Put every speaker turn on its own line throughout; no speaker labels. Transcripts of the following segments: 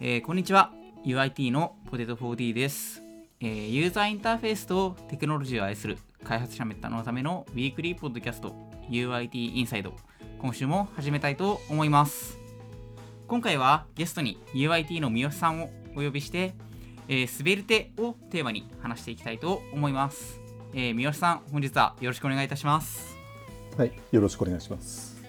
えーこんにちは UIT のポテト 4D です、えーユーザーインターフェースとテクノロジーを愛する開発者メッタのためのウィークリーポッドキャスト UIT インサイド今週も始めたいと思います今回はゲストに UIT の三好さんをお呼びして、えー滑る手をテーマに話していきたいと思います、えー三好さん本日はよろしくお願いいたします
はい、よろしくお願いします。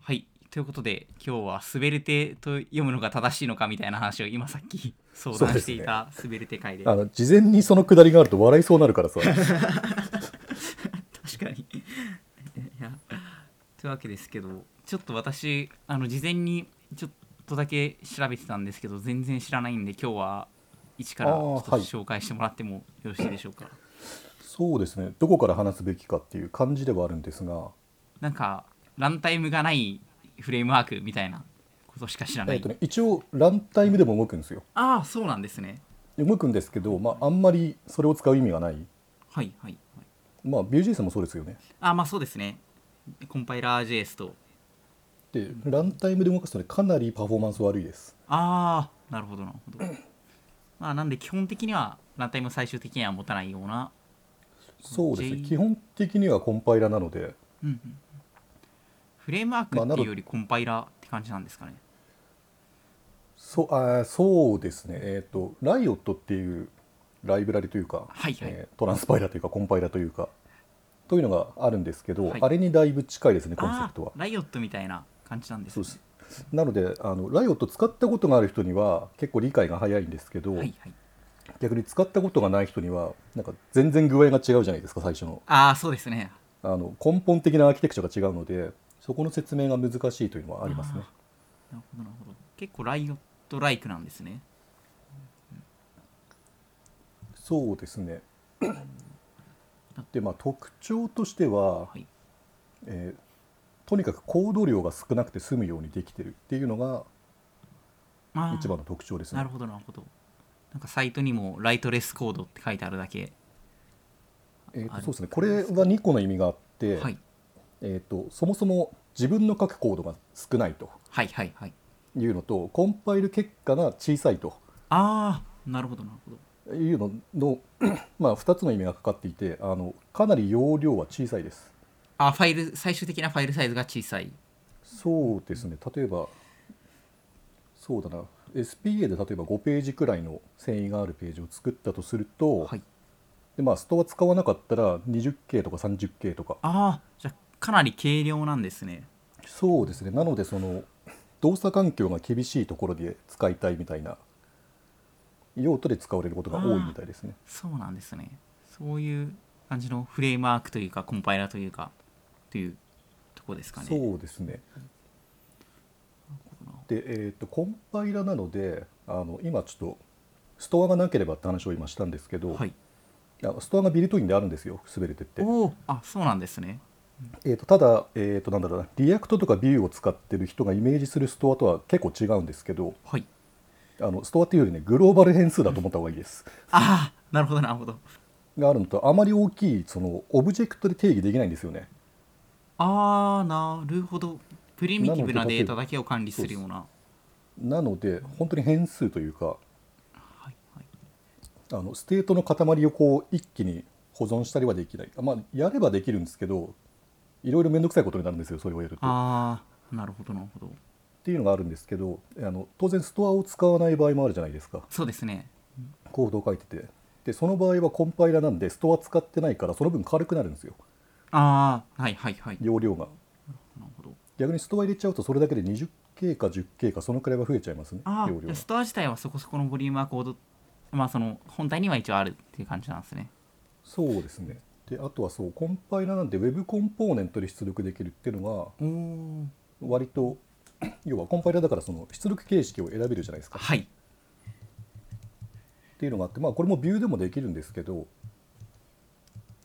はい。ということで、今日は滑る手と読むのが正しいのかみたいな話を今さっ き相談していた滑る手会で。
あの事前にそのくだりがあると笑いそうになる からさ。
確かに。 いや、というわけですけど、ちょっと私、あの、事前にちょっとだけ調べてたんですけど、全然知らないんで、今日は一からち
あー
ょっと
はい
紹介してもらってもよろしいでしょうか。
そうですね。どこから話すべきかっていう感じではあるんですが、
なんか、ランタイムがないフレームワークみたいなことしか知らな
え
い。
っとね一応ランタイムでも動くんですよ。
ああ、そうなんですね。
動くんですけど、まああんまりそれを使う意味がない。
はい、はい。はい
まあ Vue.js もそうですよね。
あまあそうですねコンパイラー JS と
で、ランタイムで動かすとねかなりパフォーマンス悪いです。
ああなるほどなるほどまあなんで基本的にはランタイム最終的には持たないような
そうですね。
J-
基本的にはコンパイラなので、
うんうんフレームワーク
まあ
って
なる
いうよりコンパイラーって感じなんですかね
そうあーそうですね。えっ、とライオットっていうライブラリという
はい
か、
はい
えートランスパイラーというかコンパイラーというかというのがあるんですけど、
はい
あれにだいぶ近いですねコンセ
あ
プトは
あ。ライオットみたいな感じなんです
そう
ね
です。なのであのライオット使ったことがある人には結構理解が早いんですけど、
はいはい
逆に使ったことがない人にはなんか全然具合が違うじゃないですか最初の
ああそうですね
あの根本的なアーキテクチャが違うのでそこの説明が難しいというのはありますね
あ。ーなるほどなるほど結構ライオットライクなんですね
そうですね。でまあ特徴としては、
はい
えーとにかく行動量が少なくて済むようにできてるっていうのが
あー
一番の特徴です
な
ね
る。ほどなるほどなんかサイトにもライトレスコードって書いてあるだけ
えーと
ある
そうですね。これは2個の意味があって、
はい
えーとそもそも自分の書くコードが少ないと
はいはいはい
いうのと、コンパイル結果が小さいと
ああなるほどなるほど
いうのの まあ2つの意味がかかっていて、あのかなり容量は小さいです。
あファイル最終的なファイルサイズが小さい
そうですね、例えば、そうだな、SPA で例えば5ページくらいの繊維があるページを作ったとすると、
はい
でまあ、ストア使わなかったら 20K とか 30K とか、
ああじゃあかなり軽量なんですね
そうですね、なのでその、動作環境が厳しいところで使いたいみたいな用途で使われることが多いみたいですね。
そうなんですねそういう感じのフレームワークというかコンパイラーというかというとこですかね
そうですねで、えー、とコンパイラなのであの今ちょっとストアがなければって話を今したんですけど、
はい
あストアがビルトインであるんですよ滑れてって
おおあそうなんですね
えー、とただ、えー、となんだろうなリアクトとかビューを使ってる人がイメージするストアとは結構違うんですけど
はい
あのストアっていうよりねグローバル変数だと思った方がいいです。
ああ なるほどなるほど
があるのとあまり大きいそのオブジェクトで定義できないんですよね。
ああなるほどプリミティブな
なので
データだけを管理するような
なので本当に変数というか
はいはい
あのステートの塊をこう一気に保存したりはできない。まあやればできるんですけどいろいろ面倒くさいことになるんですよそれをやると。っ
ああなるほどなるほど
ていうのがあるんですけどあの当然ストアを使わない場合もあるじゃないですか。
そうですね
コードを書いててでその場合はコンパイラなんでストア使ってないからその分軽くなるんですよ
ああはいはいはいなる
容量が
ほど
逆にストア入れちゃうとそれだけで 20K か 10K かそのくらいは増えちゃいますね
ああ
容量
じゃ
が
あストア自体はそこそこのボリュームはコードまあその本体には一応あるっていう感じなんですね
そうですねであとはそうコンパイラなんで Web コンポーネントで出力できるっていうの
おお
が割と 要はコンパイラだからその出力形式を選べるじゃないですかっ
はい
ていうのがあってまあこれも Vue でもできるんですけど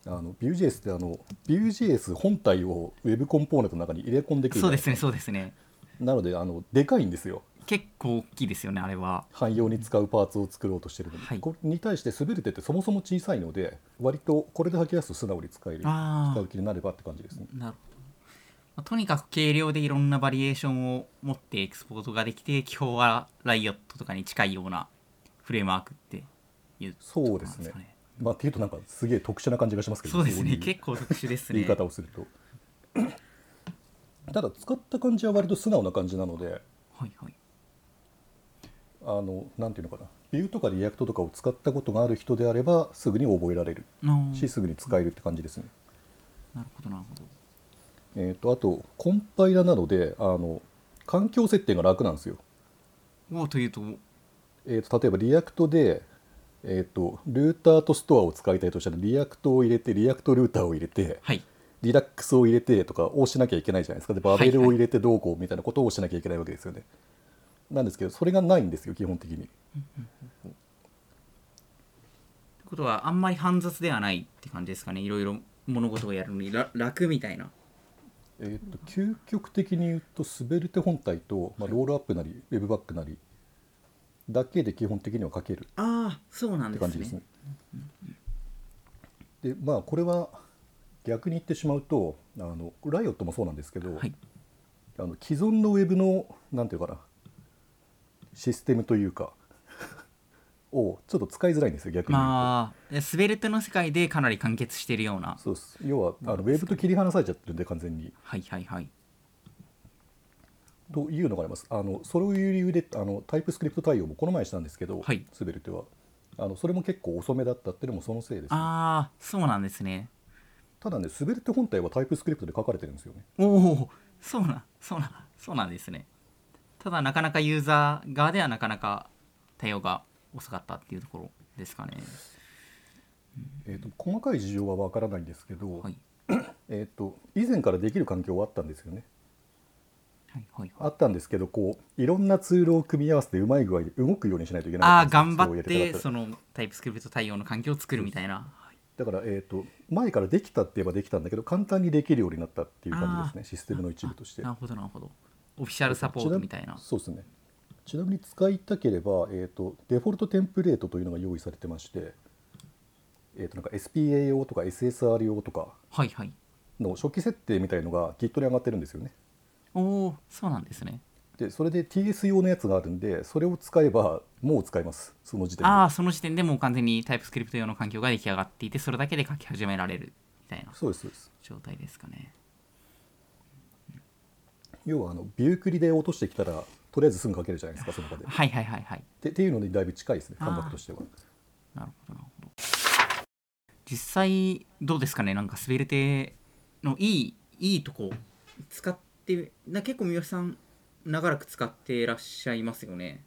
あの Vue.js ってあの Vue.js 本体を Web コンポーネントの中に入れ込んでくるじ
そ
ゃ
う
な
で
い
すねそうですね
なのであのでかいんですよ
結構大きいですよね、あれは。
汎用に使うパーツを作ろうとしてるのに、
はい
これに対して滑り手ってそもそも小さいので割とこれで履き出すと素直に使える使
あ
う気になればって感じですね
あ、なるほど。まあとにかく軽量でいろんなバリエーションを持ってエクスポートができて、基本はライオットとかに近いようなフレームワークっていう
そう
ところ
です
なん
ねまあっていうとなんかすげえ特殊な感じがしますけど
そうです
い
ね、結構特殊ですね。
言い方をすると ただ使った感じは割と素直な感じなので
はいはい。
あのなんていうのかなビューとかリアクトとかを使ったことがある人であればすぐに覚えられる
あー
しすぐに使えるって感じですね、
なるほど、なるほど。
えー、とあとコンパイラなのであの環境設定が楽なんですよ、
おーというと、
えー、と例えばリアクトで、えー、とルーターとストアを使いたいとしたらリアクトを入れてリアクトルーターを入れて
はい。
リラックスを入れてとかをしなきゃいけないじゃないですかでバベルを入れてどうこうみたいなことをしなきゃいけないわけですよね、なんですけどそれがないんですよ基本的に
ということは、あんまり煩雑ではないって感じですかね。いろいろ物事をやるのにら楽みたいな。
えー、と究極的に言うと滑り手本体と、まあ、ロールアップなりウェブバックなりだけで基本的には書けるっ
ああ、そうなん
て
です
感
ね。
じですね。でまあこれは逆に言ってしまうとあのライオットもそうなんですけど、
はい。
あの既存のウェブのなんていうかなシステムというか をちょっと使いづらいんですよ逆に言うと。
まあ、スベルトの世界でかなり完結してるような。
そうです要はあのウェブと切り離されちゃってるんで完全に。
はいはいはい。
というのがあります。あのそういう理由であのタイプスクリプト対応もこの前したんですけど、
はい
スベルテはあのそれも結構遅めだったっていうのもそのせいです、ね。
ああ、そうなんですね。
ただねスベルテ本体はタイプスクリプトで書かれてるんですよね。
おお、そうなん、そうなん、そうなんですね。ただ、なかなかユーザー側ではなかなか対応が遅かったっていうところですかね。
えっ、と細かい事情はわからないんですけど、
はい。
えっ、と以前からできる環境はあったんですよね。
はいはいはい。
あったんですけど、こういろんなツールを組み合わせてうまい具合で動くようにしないといけな
あ
か
あ、
ったん
頑
です
張っ
よそういうや
て、
り方
そのタイプスクリプト対応の環境を作るみたいな。はい
だから、えー、と前からできたって言えばできたんだけど簡単にできるようになったっていう感じですね
あー
システムの一部として
なるほどなるほど。オフィシャルサポートみたいな。
そうですねちなみに使いたければ、えー、とデフォルトテンプレートというのが用意されてまして、えー、となんか SPA 用とか SSR 用とか
はいはい。
の初期設定みたいのが Git に上がってるんですよね
おお、そうなんですね。
でそれで TS 用のやつがあるんでそれを使えばもう使えますその時点で
ああ、その時点でもう完全にタイプスクリプト用の環境が出来上がっていて、それだけで書き始められるみたいな
そうですそうです
状態ですかね。
要はあのビュークリで落としてきたらとりあえずすぐ書けるじゃないですかその場でっ
はいはいはいはい。
てっていうのにだいぶ近いですね感覚としては
なるほどなるほど。実際、どうですかね、なんか滑り手のいい、いいとこ、使って、な結構三好さん、長らく使ってらっしゃいますよね。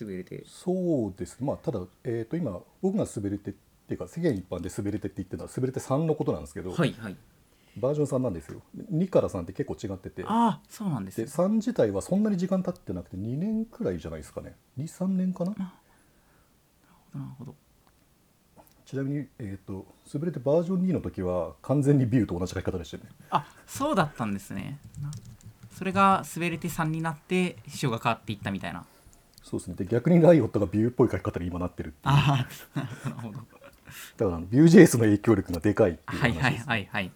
滑り手。
そうですねまあただ、えー、と今僕が滑り手っていうか世間一般で滑り手って言ってるのは滑り手3のことなんですけど、
はいはい。
バージョン3なんですよ2から3って結構違ってて
ああ、そうなんです
で
ね。
3自体はそんなに時間経ってなくて2年くらいじゃないですかね23年かな
なるほど。
ちなみに、えー、と滑り手バージョン2の時は完全にビューと同じ書き方でしたよね
あそうだったんですねなそれが滑り手さんになって師匠が変わっていったみたいな
そうですねで逆にライオットがビューっぽい書き方に今なってるっていう
ああなるほど
だからあのビュー JS の影響力がでかいっていう話
はい
です、
はいはいはい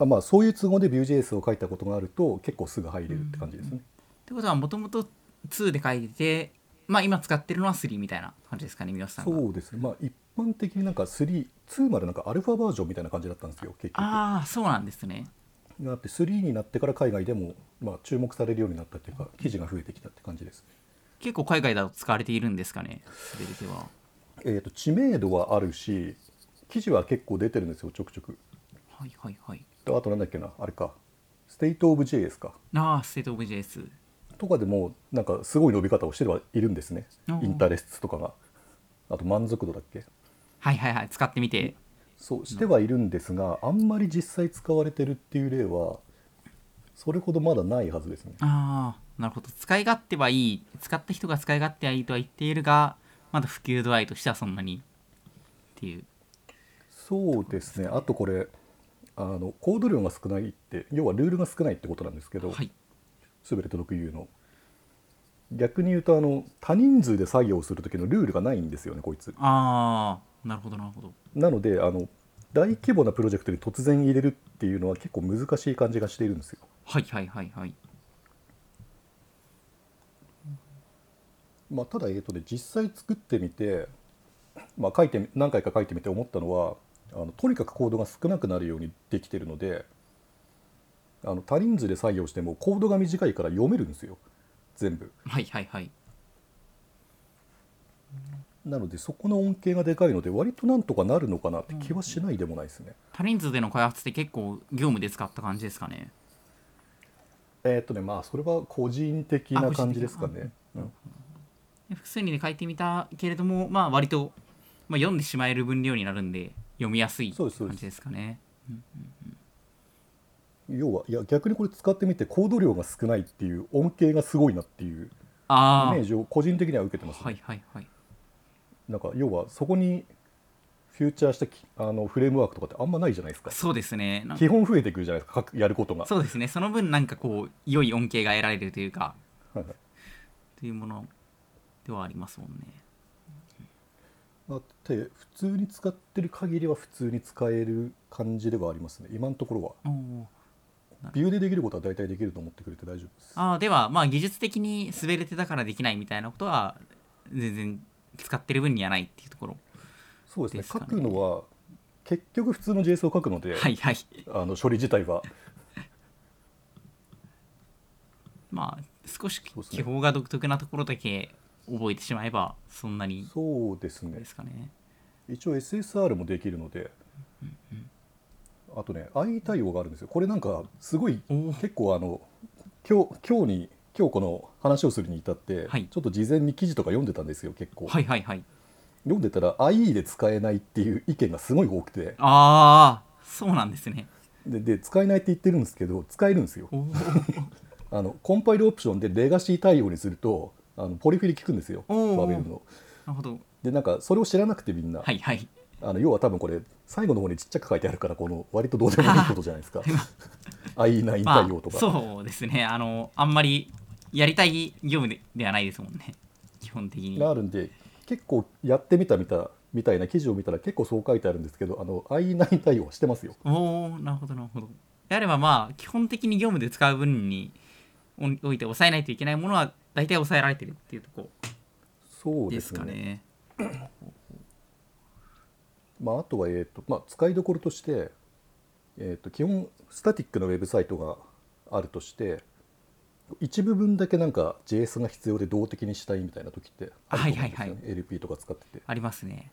あまあ、そういう都合で Vue.js を書いたことがあると結構すぐ入れるって感じですね、
ってことはもともと2で書いててまあ今使ってるのは3みたいな感じですかね皆さんが
そうですねまあ一般的になんか32までなんかアルファバージョンみたいな感じだったんですよ結局
ああそうなんですね
だって3になってから海外でも、まあ、注目されるようになったっていうか記事が増えてきたって感じです、
結構海外だと使われているんですかね滑り手は
えー、と知名度はあるし記事は結構出てるんですよちょくちょく
はいはいはい
とあとなんだっけなあれかステイト・オブ・ JS か
ああステートオブ JS
とかでもなんかすごい伸び方をしてはいるんですね
おー
インタレストとかがあと満足度だっけ
はいはいはい使ってみて
そうしてはいるんですがあんまり実際使われてるっていう例はそれほどまだないはずですね
ああなるほど使い勝手はいい使った人が使い勝手はいいとは言っているがまだ普及度合いとしてはそんなにっていう
そうですねあとこれあのコード量が少ないって要はルールが少ないってことなんですけど、
はい
すべて特有の逆に言うとあの多人数で作業する時のルールがないんですよねこいつ
ああなるほどなるほど
なのであの大規模なプロジェクトに突然入れるっていうのは結構難しい感じがしているんですよ
はいはいはいはい
まあ、ただ、えーとね、実際作ってみて,、まあ、書いてみ何回か書いてみて思ったのはあのとにかくコードが少なくなるようにできてるのであの多人数で作業してもコードが短いから読めるんですよ全部
はいはいはい
なのでそこの恩恵がでかいので割となんとかなるのかなって気はしないでもないですね、
多人数での開発って結構業務で使った感じですかね
えっ、とねまあそれは個人的な感じですかね、うん
複数人で書いてみたけれどもまあ割と、まあ、読んでしまえる分量になるんで読みやすい
そ
感
うですそうです
じですかね
要はいや逆にこれ使ってみてコード量が少ないっていう恩恵がすごいなっていうイ
あ
メージを個人的には受けて
あ
ますね、
はいはいはい
なんか要はそこにフューチャーしたきあのフレームワークとかってあんまないじゃないですか
そうですねなんか
基本増えてくるじゃないですか各やることが
そうですねその分なんかこう良い恩恵が得られるというか
はいはい
というものではありますもんね
だって普通に使ってる限りは普通に使える感じではありますね今のところ
おー
はビューでできることは大体できると思ってくれて大丈夫です
あーではまあ技術的に滑れてたからできないみたいなことは全然使ってる分にはないっていうところ
そうですね
ですかね
書くのは結局普通の JS を書くので、
はいはい
あの処理自体は
まあ少し
そうですね
気泡が独特なところだけ覚えてしまえばそんなに
そうですね
ですかね
一応 SSR もできるので、あとね i 対応があるんですよこれなんかすごい
おお
結構あの今日今日に今日この話をするに至って、
はい
ちょっと事前に記事とか読んでたんですよ結構、
はいはいはい
読んでたら IE で使えないっていう意見がすごい多くて
ああそうなんですね
でで使えないって言ってるんですけど使えるんですよ
お お
あのコンパイルオプションでレガシー対応にするとあのポリフィリ効くんですよ
おー
バーベルの
なるほど
でなんかそれを知らなくてみんな、
はいはい
あの要は多分これ最後の方にちっちゃく書いてあるからこの割とどうでもいいことじゃな いですか IE9
まあ
対応とか、
そうですねあのあんまりやりたい業務でではないですもんね基本的に
があるんで結構やってみたみたみたいな記事を見たら結構そう書いてあるんですけどあの IE9 対応はしてますよ
おおなるほどなるほどであればまあ基本的に業務で使う分におおいて抑えないといけないものは大体抑えられてるっていうとこ
そうで
ですす
ね
かね
まあ、あとは、えーとまあ、使いどころとして、えー、と基本スタティックのウェブサイトがあるとして一部分だけなんか JS が必要で動的にしたいみたいな時ってあると思うんですよね、
はいはいは
LP とか使ってて
ありますね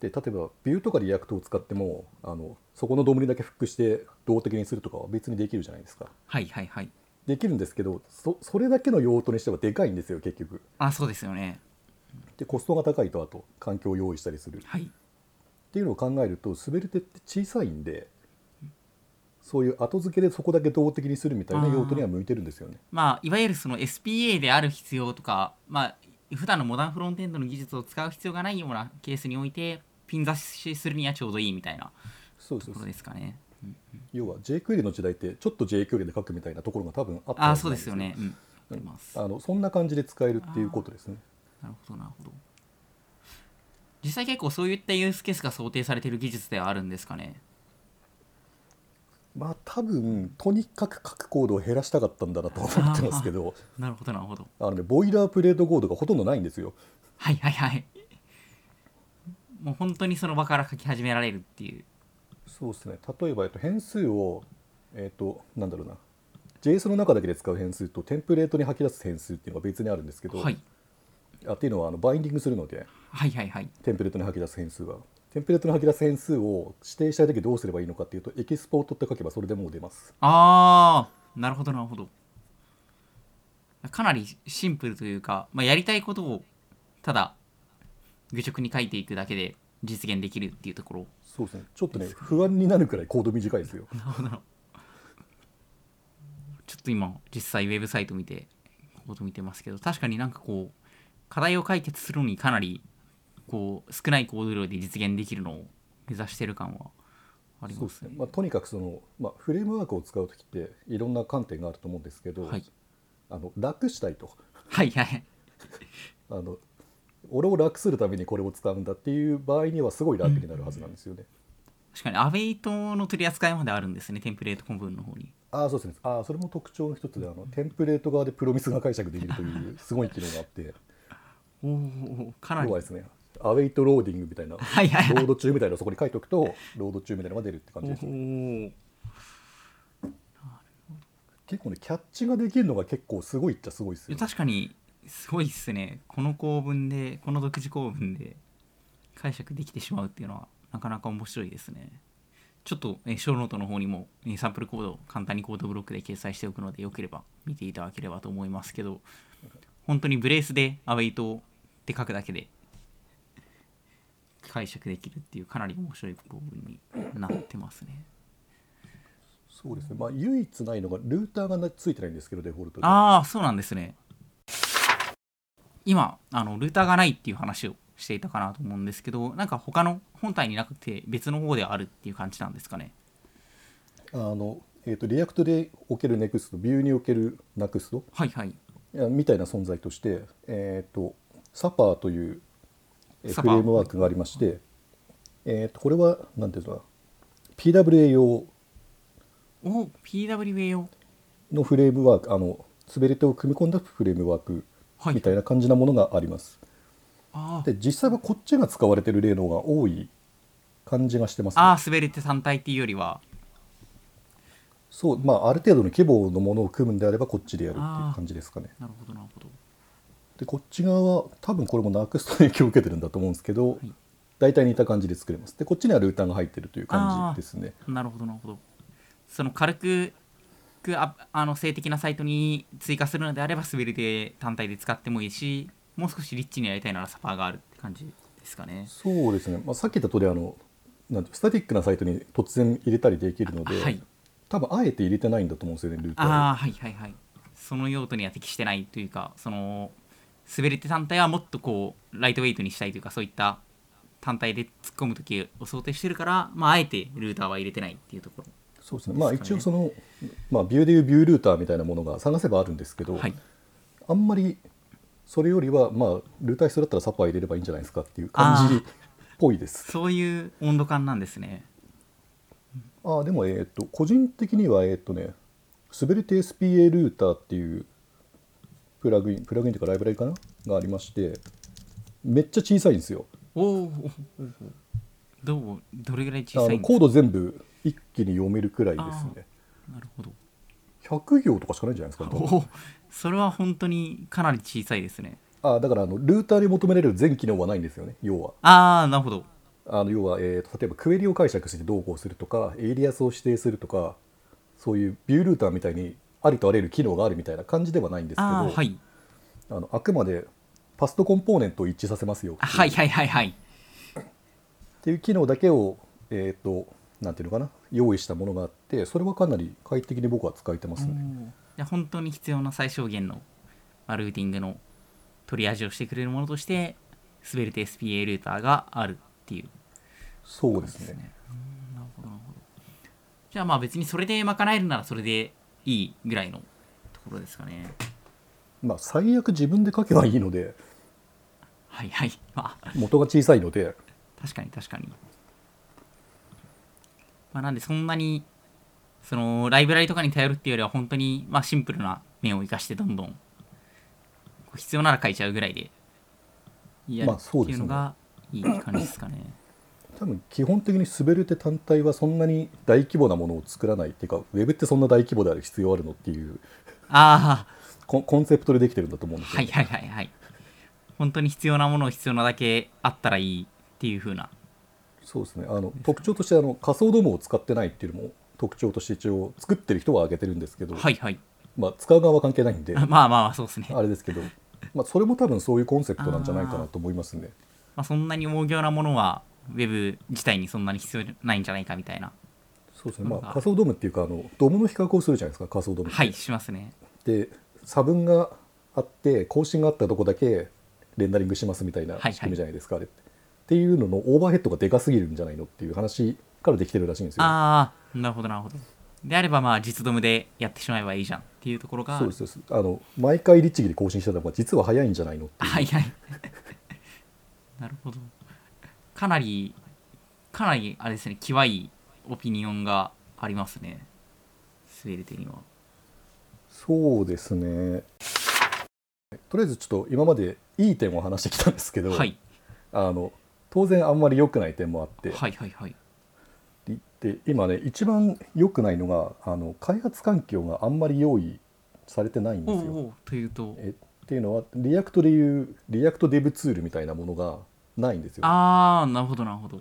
で例えばビューとかリアクトを使ってもあのそこのドームにだけフックして動的にするとかは別にできるじゃないですか
はいはいはい
できるんですけどそそれだけの用途にしてはでかいんですよ結局
あそうですよね
でコストが高いとあと環境を用意したりする
はい
っていうのを考えると滑り手って小さいんでそういう後付けでそこだけ動的にするみたいな用途には向いてるんですよね。
まあいわゆるその SPA である必要とかまあ普段のモダンフロントエンドの技術を使う必要がないようなケースにおいてピン差しするにはちょうどいいみたいな
そう
と
そう
こ
そ
ろ
う
ですかねうん
要は JQuery の時代ってちょっと JQuery で書くみたいなところが多分あった
あ
は
あ
ず
そう
な
んですよねうんあります
あのそんな感じで使えるっていうことですね。
なるほどなるほど実際結構そういったユースケースが想定されている技術ではあるんですかね
まあ多分とにかく書くコードを減らしたかったんだなと思ってますけ ど
なるほどなるほど
あの、ね、ボイラープレートコードがほとんどないんですよ。
はいはいはいもう本当にその場から書き始められるっていう
そうですね例えば、えっと、変数をえっ、となんだろうな JS の中だけで使う変数とテンプレートに吐き出す変数っていうのが別にあるんですけど、
はい
あっていうのはあのバインディングするので
はいはいはい
テンプレートに吐き出す変数はテンプレートに吐き出す変数を指定したい時どうすればいいのかっていうとエキスポートって書けばそれでもう出ます
ああなるほどなるほどかなりシンプルというか、まあ、やりたいことをただ愚直に書いていくだけで実現できるっていうところ
そうですねちょっとね不安になるくらいコード短いですよ
なるほどちょっと今実際ウェブサイト見てコード見てますけど確かになんかこう課題を解決するのにかなりこう少ないコード量で実現できるのを目指してる感はあり
そう
ま
です
す
ね
ね、
まあ、とにかくその、まあ、フレームワークを使う時っていろんな観点があると思うんですけど、
はい
あの楽したいと
はいはい
あの俺を楽するためにこれを使うんだっていう場合にはすごい楽になるはずなんですよね。
確かにアウェイトの取り扱いまであるんですねテンプレート古文の方に
ああそうですねああそれも特徴の一つであのテンプレート側でプロミスが解釈できるというすごい機能があって
おおかな
要
り
はですねアウェイトローディングみたいなロ
はいはいはい
ード中みたいなのをそこに書いておくとロード中みたいなのが出るって感
お
じ
お
ですね結構ねキャッチができるのが結構すごいっちゃすごいですよね、
確かにすごいっすねこの構文でこの独自構文で解釈できてしまうっていうのはなかなか面白いですねちょっと、えー、ショーノートの方にも、えーサンプルコードを簡単にコードブロックで掲載しておくのでよければ見ていただければと思いますけど本当にブレースでアウェイトって書くだけで解釈できるっていうかなり面白い構文になってますね
そうですねまあ唯一ないのがルーターがなついてないんですけどデフォルトで
ああそうなんですね今あのルーターがないっていう話をしていたかなと思うんですけどなんか他の本体になくて別の方であるっていう感じなんですかね
あの、えー、とリアクトでおけるネクストビューにおけるナクスト
はいはい
いやみたいな存在として、えー、とサパーというえー
サ
フ
パ
レ
ー
ームワークがありまして、えー、とこれは何ていうのかな PWA 用
お PWA 用
のフレームワークあの滑り手を組み込んだフレームワーク
はい
みたいな感じなものがあります、
あー
で実際はこっちが使われてる例の方が多い感じがしてます、ね、
あー滑り手単体っていうよりは
そうまあある程度の規模のものを組むんであればこっちでやるってい
あ
う
ー
感じですかね
なるほどなるほど
でこっち側は多分これもなくすと影響を受けてるんだと思うんですけど、
い
大体似た感じで作れますでこっちにはルーターが入ってるという感じですね
なるほどなるほどその軽くくああの性的なサイトに追加するのであれば滑り手単体で使ってもいいしもう少しリッチにやりたいならサパーがあるって感じですかね
そうですね、まあ、さっき言った通りあのなんてスタティックなサイトに突然入れたりできるので、
はい
多分あえて入れてないんだと思うんですよねルーターを
ああはいはいはいその用途には適してないというかその滑り手単体はもっとこうライトウェイトにしたいというかそういった単体で突っ込む時を想定してるから、まあ、あえてルーターは入れてないっていうところ
そうですねまあ
ですかね
一応その、まあ、ビューでいうビュールーターみたいなものが探せばあるんですけど、
はい
あんまりそれよりはまあルーター必要だったらサパー入れればいいんじゃないですかっていう感じ
あ
っぽいです
そういう温度感なんですね
ああでもえーっと個人的にはえーっとね滑り手 SPA ルーターっていうプラグインプラグインというかライブラリかながありましてめっちゃ小さいんですよ
おおどうどれぐらい
あ
小さい
の
んで
コ
す
ード全部一気に読めるくらいですね
かなるほど
100行とかしかないんじゃないですかね多分
おおそれは本当にかなり小さいですね
あだからあのルーターに求められる全機能はないんですよね要は
ああなるほど
あの要は、えーと例えばクエリを解釈してどうこうするとかエイリアスを指定するとかそういうビュールーターみたいにありとあらゆる機能があるみたいな感じではないんですけど
ああはい
あのあくまでパストコンポーネントを一致させますよって
あ
い
はい
う,、
はいはいはい
っていう機能だけを、えー、となんていうのかな用意したものがあってそれはかなり快適に僕は使えてますね。
じゃあ本当に必要な最小限のまあルーティングの取り味をしてくれるものとして滑り手 SPA ルーターがあるっていう
そう
こ
で
と
すね
うんなるほどなるほどじゃあまあ別にそれで賄えるならそれでいいぐらいのところですかね
まあ最悪自分で書けばいいので
はいはいまあ
元が小さいので
確かに確かに、まあ、なんでそんなにそのライブラリとかに頼るっていうよりは本当にまあシンプルな面を生かしてどんどんこう必要なら書いちゃうぐらいでやる
まあそう
って
で
い
す
う
ね
のがいい感じですかね。
多分基本的に滑る手単体はそんなに大規模なものを作らないっていうかウェブってそんな大規模である必要あるのっていう
ああ
コンコンセプトでできてるんだと思うんですよ、
はいはいはいはい。本当に必要なものを必要なだけあったらいいっていう風な。
そうですねあの特徴としてあの仮想ドームを使ってないっていうのも特徴として一応作ってる人は挙げてるんですけど、
はいはい。
まあ、使う側は関係ないんで
あまあまあそうですね。
あれですけど、まあ、それも多分そういうコンセプトなんじゃないかなと思いますね。
まあ、そんなに大行なものは Web 自体にそんなに必要ないんじゃないかみたいな。
そうですね、ま
なん
あ、
か
仮想ドームっていうかあのドームの比較をするじゃないですか仮想ドームって、
はいしますね。
で差分があって更新があったとこだけレンダリングしますみたいな
はいはい
仕組みじゃないですか、あれって。っていうののオーバーヘッドがでかすぎるんじゃないのっていう話からできてるらしいんですよ。
ああなるほどなるほどであればまあ実ドムでやってしまえばいいじゃんっていうところが
そうですそうですあの毎回律儀に更新してたのが実は早いんじゃないのっていう
はい はいなるほどかなりかなりあれですねきわいオピニオンがありますねスウェルテには
そうですねとりあえずちょっと今までいい点を話してきたんですけど、
はい
あの当然あんまり良くない点もあって、
はいはいはい
で今ね一番良くないのがあの開発環境があんまり用意されてないん
お
です
う
よ。
おうというと
えっていうのはリアクトでいうリアクトデブツールみたいなものがないんですよ。
ああなるほどなるほど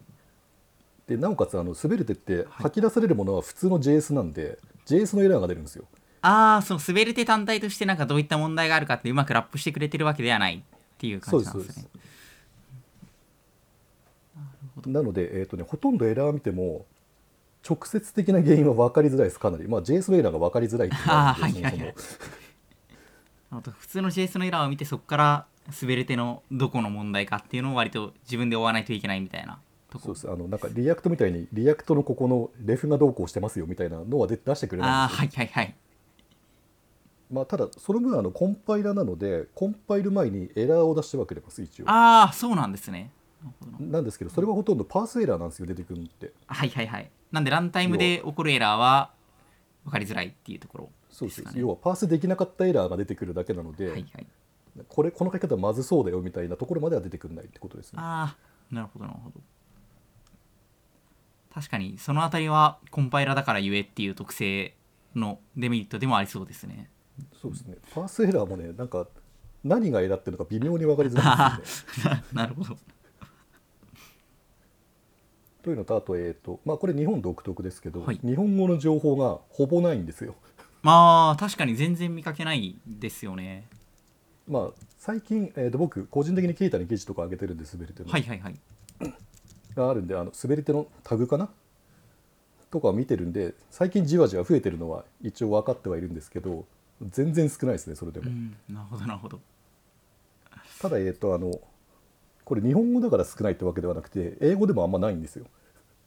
でなおかつあの滑れてって吐き出されるものは普通の JS なんで、JS のエラーが出るんですよ。
ああその滑り手単体としてなんかどういった問題があるかってうまくラップしてくれてるわけではないっていう
そ
感
う
じ
で
な
す
ん
そう
で
で
ね
すす。なので、えーとね、ほとんどエラー見ても直接的な原因は分かりづらいですかなり、まあ、JS のエラーが分かりづらいっていうのがあるんで
あー
そもそ
はいはいは
も
いあと普通の JS のエラーを見てそこから滑り手のどこの問題かっていうのを割と自分で追わないといけないみたいなとこ
そうですあのなんかリアクトみたいにリアクトのここのレフがどうこうしてますよみたいなのは出出してくれ
あ
ない
あ
んです
は
よ
いはいはい
まあ、ただその分あのコンパイラなのでコンパイル前にエラーを出してはくれます一応
ああそうなんですねなるほどな
なんですけどそれはほとんどパースエラーなんですよ出てくるのって
はいはいはいなんでランタイムで起こるエラーは分かりづらいっていうところ
そうです
かね
要はパースできなかったエラーが出てくるだけなので、
はいはい
これこの書き方まずそうだよみたいなところまでは出てくれないってことですね
ああなるほどなるほど確かにそのあたりはコンパイラだからゆえっていう特性のデメリットでもありそうですね
そうですねパースエラーもねなんか何がエラーっていうのか微妙に分かりづらいん
あ
ですよね
あ なるほど
というのとあと,、えーとまあ、これ日本独特ですけど、
はい
日本語の情報がほぼないんですよ
まあ確かに全然見かけないですよね
まあ最近、えー、と僕個人的にケイタに記事とか上げてるんで滑り手の、
はいはいはい
があるんであの滑り手のタグかなとかを見てるんで最近じわじわ増えてるのは一応分かってはいるんですけど全然少ないですねそれでも、
うんなるほどなるほど
ただえっ、とあのこれ日本語だから少ないってわけではなくて英語でもあんまないんですよ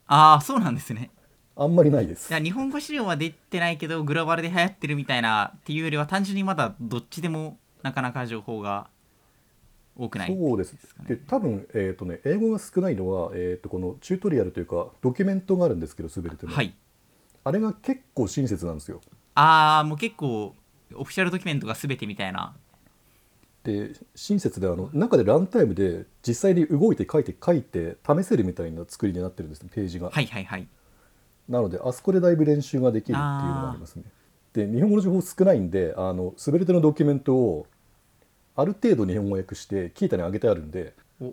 ああそうなんですね
あんまりないで
い
す
や日本語資料は出てないけどグローバルで流行ってるみたいなっていうよりは単純にまだどっちでもなかなか情報が多くない
そうです
ですかね
で多分、えーとね、英語が少ないのは、えー、とこのチュートリアルというかドキュメントがあるんですけど滑り手の、
はい
あれが結構親切なんですよ
ああもう結構オフィシャルドキュメントが全てみたいな
で親切であの中でランタイムで実際に動いて書いて書いて試せるみたいな作りになってるんですねページが、
はいはいはい
なのであそこでだいぶ練習ができるっていうのがありますねで日本語の情報少ないんであの滑り手のドキュメントをある程度日本語訳してキータに上げてあるんで
お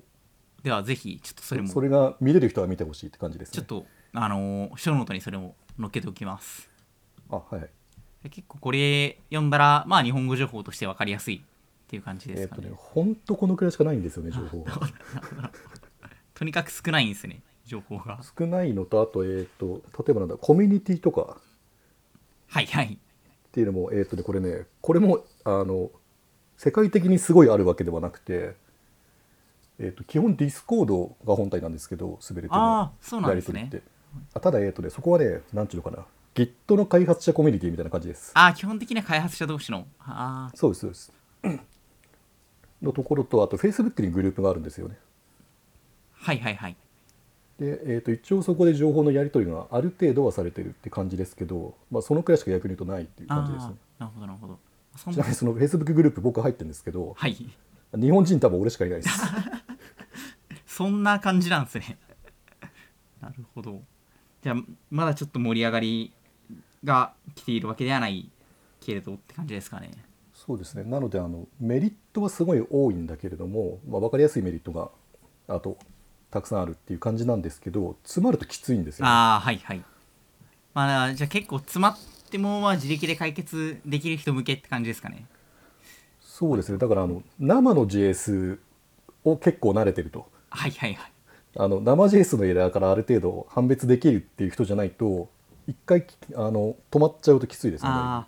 ではぜひちょっとそれも
それが見れる人は見てほしいって感じです
ちょっ
ね
とあのー、ショーノートにそれも載っけておきます
あはいはい
で結構これ読んだらまあ日本語情報として分かりやすいっていう感じで
え
す
っ
か
と
ね,、
ねほんとこのくらいしかないんですよね情報が
とにかく少ないんですね情報が
少ないのとあとえっ、と例えばなんだコミュニティとか
はいはい
っていうのも、えーとね、これねこれもあの世界的にすごいあるわけではなくて、えー、と基本ディスコードが本体なんですけど滑れて
あーそうなんですね
あただ、えーとね、そこはねなんていうのかな Git の開発者コミュニティみたいな感じです
ああ基本的には開発者同士のああ
そうですそうです のところとあと Facebook にグループがあるんですよね
はいはいはい
で、えー、と一応そこで情報のやり取りがある程度はされてるって感じですけど、まあ、そのくらいしか逆に言うとないっていう
ああ
感じですね
なるほどなるほどそん
ちなみにその Facebook グループ僕入ってるんですけど
はい
日本人多分俺しかいないです
そんな感じなんですね なるほどじゃあまだちょっと盛り上がりが来ているわけではないけれどって感じですかね
そうですねなのであのメリットはすごい多いんだけれども、まあ、分かりやすいメリットがあとたくさんあるっていう感じなんですけど詰まるときついんですよ、ね、
ああはいはいまあじゃあ結構詰まってもまあ自力で解決できる人向けって感じですかね
そうですねだからあの生の JS を結構慣れてると
はいはいはい
あの生 JS のエラーからある程度判別できるっていう人じゃないと一回きあの止まっちゃうときついですよね
ああ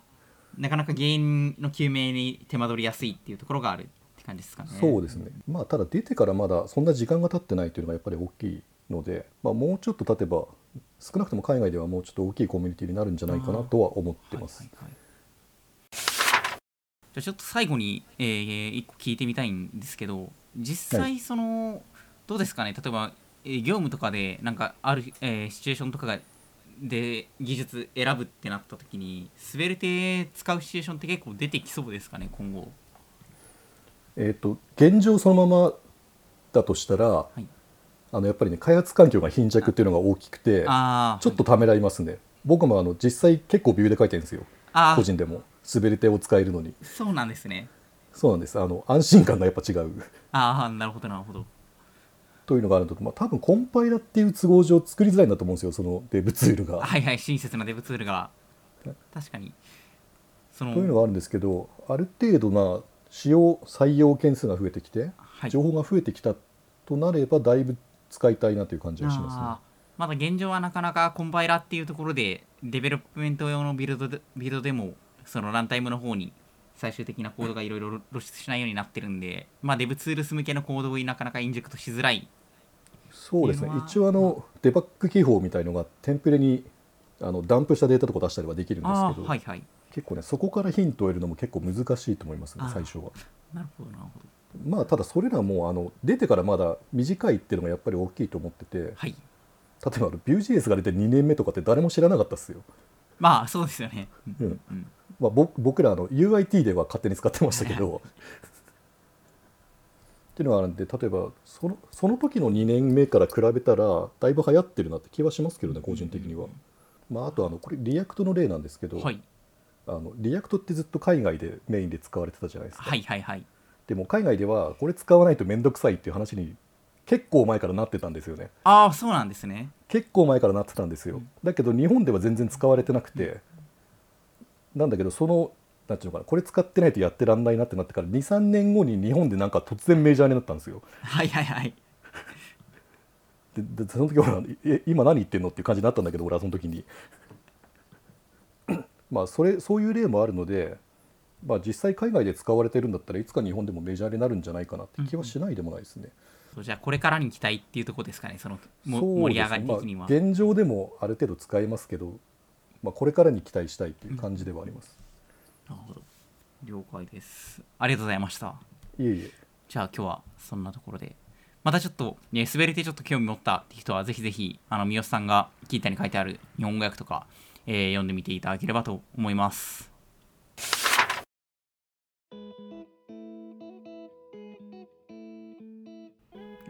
なかなか原因の究明に手間取りやすいっていうところがあるって感じですかね
そうですね、まあ、ただ出てからまだそんな時間が経ってないというのがやっぱり大きいので、まあ、もうちょっと経てば少なくとも海外ではもうちょっと大きいコミュニティになるんじゃないかなとは思ってます。
はいはいはいじゃあちょっと最後に、えー、一個聞いてみたいんですけど実
は
際その、どうですかね例えば、えー業務とかでなんかある、えーシチュエーションとかがで技術選ぶってなった時に滑る手使うシチュエーションって結構出てきそうですかね今後
えっ、と現状そのままだとしたら、
い
あのやっぱりね開発環境が貧弱っていうのが大きくて、
あー
ちょっとためらいますね。僕もあの実際結構ビューで書いてるんですよ。
あ
個
ー
人でも滑り手を使えるのに。
そうなんですね
そうなんです。あの安心感がやっぱ違う
ああなるほどなるほど
というのがあるのと、まあ多分コンパイラっていう都合上作りづらいんだと思うんですよ。そのデブツールが。
はいはい親切なデブツールが確かにその
というのがあるんですけどある程度まあ使用採用件数が増えてきて、
はい
情報が増えてきたとなればだいぶ使いたいなという感じがし
あ
ま
ーまだ現状はなかなかコンパイラっていうところでデベロップメント用のビルドでビルドでもそのランタイムの方に最終的なコードがいろいろ露出しないようになってるんで、まあ、デブツールス向けのコードをなかなかインジェクトしづらい
すね。そうですね
っていうのは
一応あのデバッグ記法みたいのがテンプレにあのダンプしたデータとか出したりはできるんです
あ
け
ー
ど、
はいはい
結構ねそこからヒントを得るのも結構難しいと思いますね
あー
最初は。
なるほどなるほど
まあただそれらもあの出てからまだ短いっていうのがやっぱり大きいと思ってて例え
はい
ばあの Vue.js が出て2年目とかって誰も知らなかったっすよ。
まあそうですよね、うん
うん
うん
まあ、ぼ僕らあの UIT では勝手に使ってましたけど。っていうのがあるんで例えばそのその時の2年目から比べたらだいぶ流行ってるなって気はしますけどね個人的には。まあ、あとあのこれリアクトの例なんですけど、
はい、
あのリアクトってずっと海外でメインで使われてたじゃないですか。
はいはいはい
でも海外ではこれ使わないと面倒くさいっていう話に結構前からなってたんですよね。
ああそうなんですね
結構前からなってたんですよ、だけど日本では全然使われてなくて、なんだけどそのなんていうのかなこれ使ってないとやってらんないなってなってから23年後に日本でなんか突然メジャーになったんですよ
はいはいはい
ででその時ほら「え今何言ってんの?」っていう感じになったんだけど俺はその時にまあそれそういう例もあるので、まあ、実際海外で使われてるんだったらいつか日本でもメジャーになるんじゃないかなって気はしないでもないですね、
そうじゃあこれからに期待っていうところですかねそのも
そう
盛り
で
上
す
が
ね
り的には、
まあ、現状でもある程度使えますけど、まあ、これからに期待したいという感じではあります、
なるほど了解ですありがとうございました
いえいえ
じゃあ今日はそんなところでまたちょっと、ね、滑り手ちょっと興味持ったって人はぜひぜひあの三好さんが聞いたに書いてある日本語訳とか、えー読んでみていただければと思います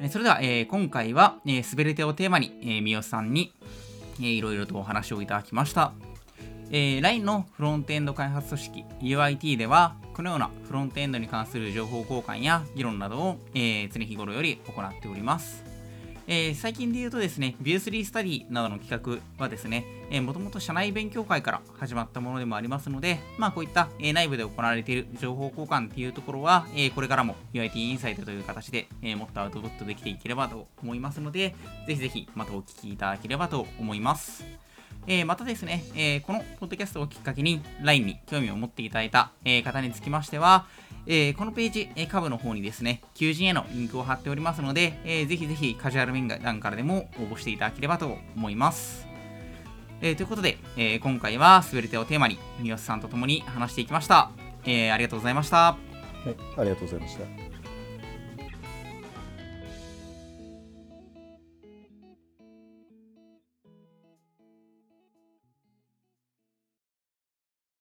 えーそれでは、えー今回は、えー、滑り手をテーマに、えー三好さんに、えーいろいろとお話をいただきましたえー LINE のフロントエンド開発組織 UIT ではこのようなフロントエンドに関する情報交換や議論などを、えー常日頃より行っております、えー最近で言うとですね View3 スタディなどの企画はですねもともと社内勉強会から始まったものでもありますのでまあこういった、えー内部で行われている情報交換っていうところは、えーこれからも UIT インサイトという形で、えーもっとアウトプットできていければと思いますのでぜひぜひまたお聞きいただければと思いますえーまたですね、えーこのポッドキャストをきっかけに LINE に興味を持っていただいた、えー方につきましては、えーこのページ、えー、下部の方にですね、求人へのリンクを貼っておりますので、えーぜひぜひカジュアル面談からでも応募していただければと思います。えーということで、えー今回は滑り手をテーマに、三好さんと共に話していきました。えーありがとうございました。
はい、ありがとうございました